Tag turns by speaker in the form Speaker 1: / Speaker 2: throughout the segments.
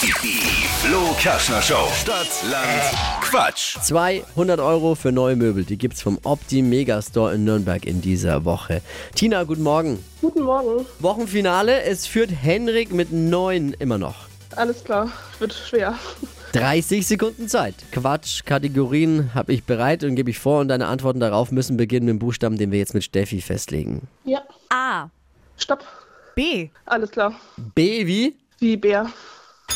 Speaker 1: Die Flo Kaschner Show. Stadt, Land, Quatsch.
Speaker 2: 200 Euro für neue Möbel, die gibt's vom Opti Megastore in Nürnberg in dieser Woche. Tina, guten Morgen.
Speaker 3: Guten Morgen.
Speaker 2: Wochenfinale, es führt Henrik mit 9 immer noch.
Speaker 3: Alles klar, wird schwer.
Speaker 2: 30 Sekunden Zeit. Quatsch, Kategorien habe ich bereit und gebe ich vor und deine Antworten darauf müssen beginnen mit dem Buchstaben, den wir jetzt mit Steffi festlegen.
Speaker 3: Ja.
Speaker 4: A.
Speaker 3: Stopp.
Speaker 4: B.
Speaker 3: Alles klar.
Speaker 2: B wie?
Speaker 3: Wie Bär.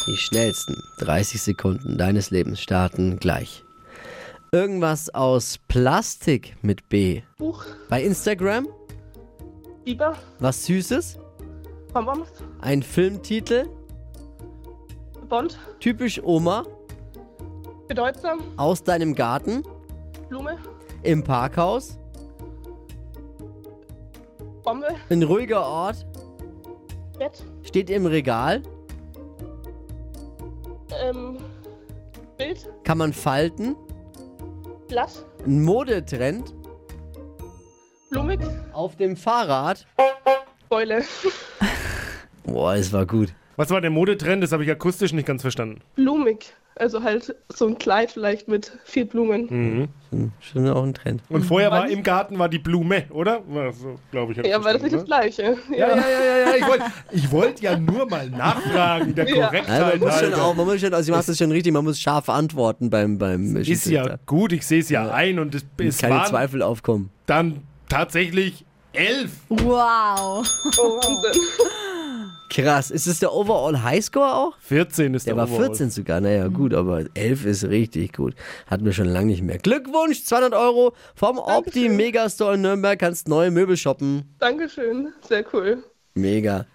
Speaker 2: Die schnellsten 30 Sekunden deines Lebens starten gleich. Irgendwas aus Plastik mit B.
Speaker 3: Buch.
Speaker 2: Bei Instagram?
Speaker 3: Biber.
Speaker 2: Was Süßes?
Speaker 3: Bonbons.
Speaker 2: Ein Filmtitel?
Speaker 3: Bond.
Speaker 2: Typisch Oma?
Speaker 3: Bedeutsam.
Speaker 2: Aus deinem Garten?
Speaker 3: Blume.
Speaker 2: Im Parkhaus?
Speaker 3: Bombe.
Speaker 2: Ein ruhiger Ort?
Speaker 3: Bett.
Speaker 2: Steht im Regal?
Speaker 3: Ähm. Bild.
Speaker 2: Kann man falten?
Speaker 3: Blatt.
Speaker 2: Ein Modetrend?
Speaker 3: Blumig.
Speaker 2: Auf dem Fahrrad?
Speaker 3: Beule.
Speaker 2: Boah, es war gut.
Speaker 5: Was war der Modetrend? Das habe ich akustisch nicht ganz verstanden.
Speaker 3: Blumig. Also halt so ein Kleid vielleicht mit viel Blumen.
Speaker 5: Hm,
Speaker 2: Mhm. Schon auch ein Trend.
Speaker 5: Und vorher war im Garten war die Blume, oder? War So, glaube ich. hab ich
Speaker 3: Mhm. Ja, war das nicht das
Speaker 5: verstanden,
Speaker 3: Gleiche?
Speaker 5: ne? Ja, ja, ja, ja, ja. Ich wollte ich wollt ja nur mal nachfragen, der
Speaker 3: Ja.
Speaker 5: Korrektheit.
Speaker 2: Also man muss schon
Speaker 5: Alter.
Speaker 2: auch, man muss schon, also du machst es schon richtig, man muss scharf antworten beim, beim
Speaker 5: Ist ja
Speaker 2: Schiedsrichter.
Speaker 5: gut, ich sehe es ja, ein und es, es
Speaker 2: Keine
Speaker 5: waren
Speaker 2: Zweifel aufkommen.
Speaker 5: dann tatsächlich elf.
Speaker 4: Wow.
Speaker 3: Oh, Wahnsinn.
Speaker 2: Krass. Ist es der Overall Highscore auch?
Speaker 5: 14 ist
Speaker 2: Der
Speaker 5: der
Speaker 2: war
Speaker 5: Overall.
Speaker 2: 14 sogar. Naja, gut, aber 11 ist richtig gut. Hatten wir schon lange nicht mehr. Glückwunsch, 200 Euro vom Opti Megastore in Nürnberg. Kannst neue Möbel shoppen.
Speaker 3: Dankeschön. Sehr cool.
Speaker 2: Mega.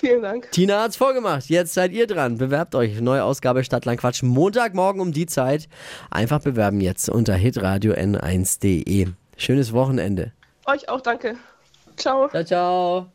Speaker 3: Vielen Dank.
Speaker 2: Tina hat's vorgemacht. Jetzt seid ihr dran. Bewerbt euch. Neue Ausgabe Stadtland Quatsch. Montagmorgen um die Zeit. Einfach bewerben jetzt unter hitradio n1.de. Schönes Wochenende.
Speaker 3: Euch auch danke. Ciao.
Speaker 2: Ciao, ciao.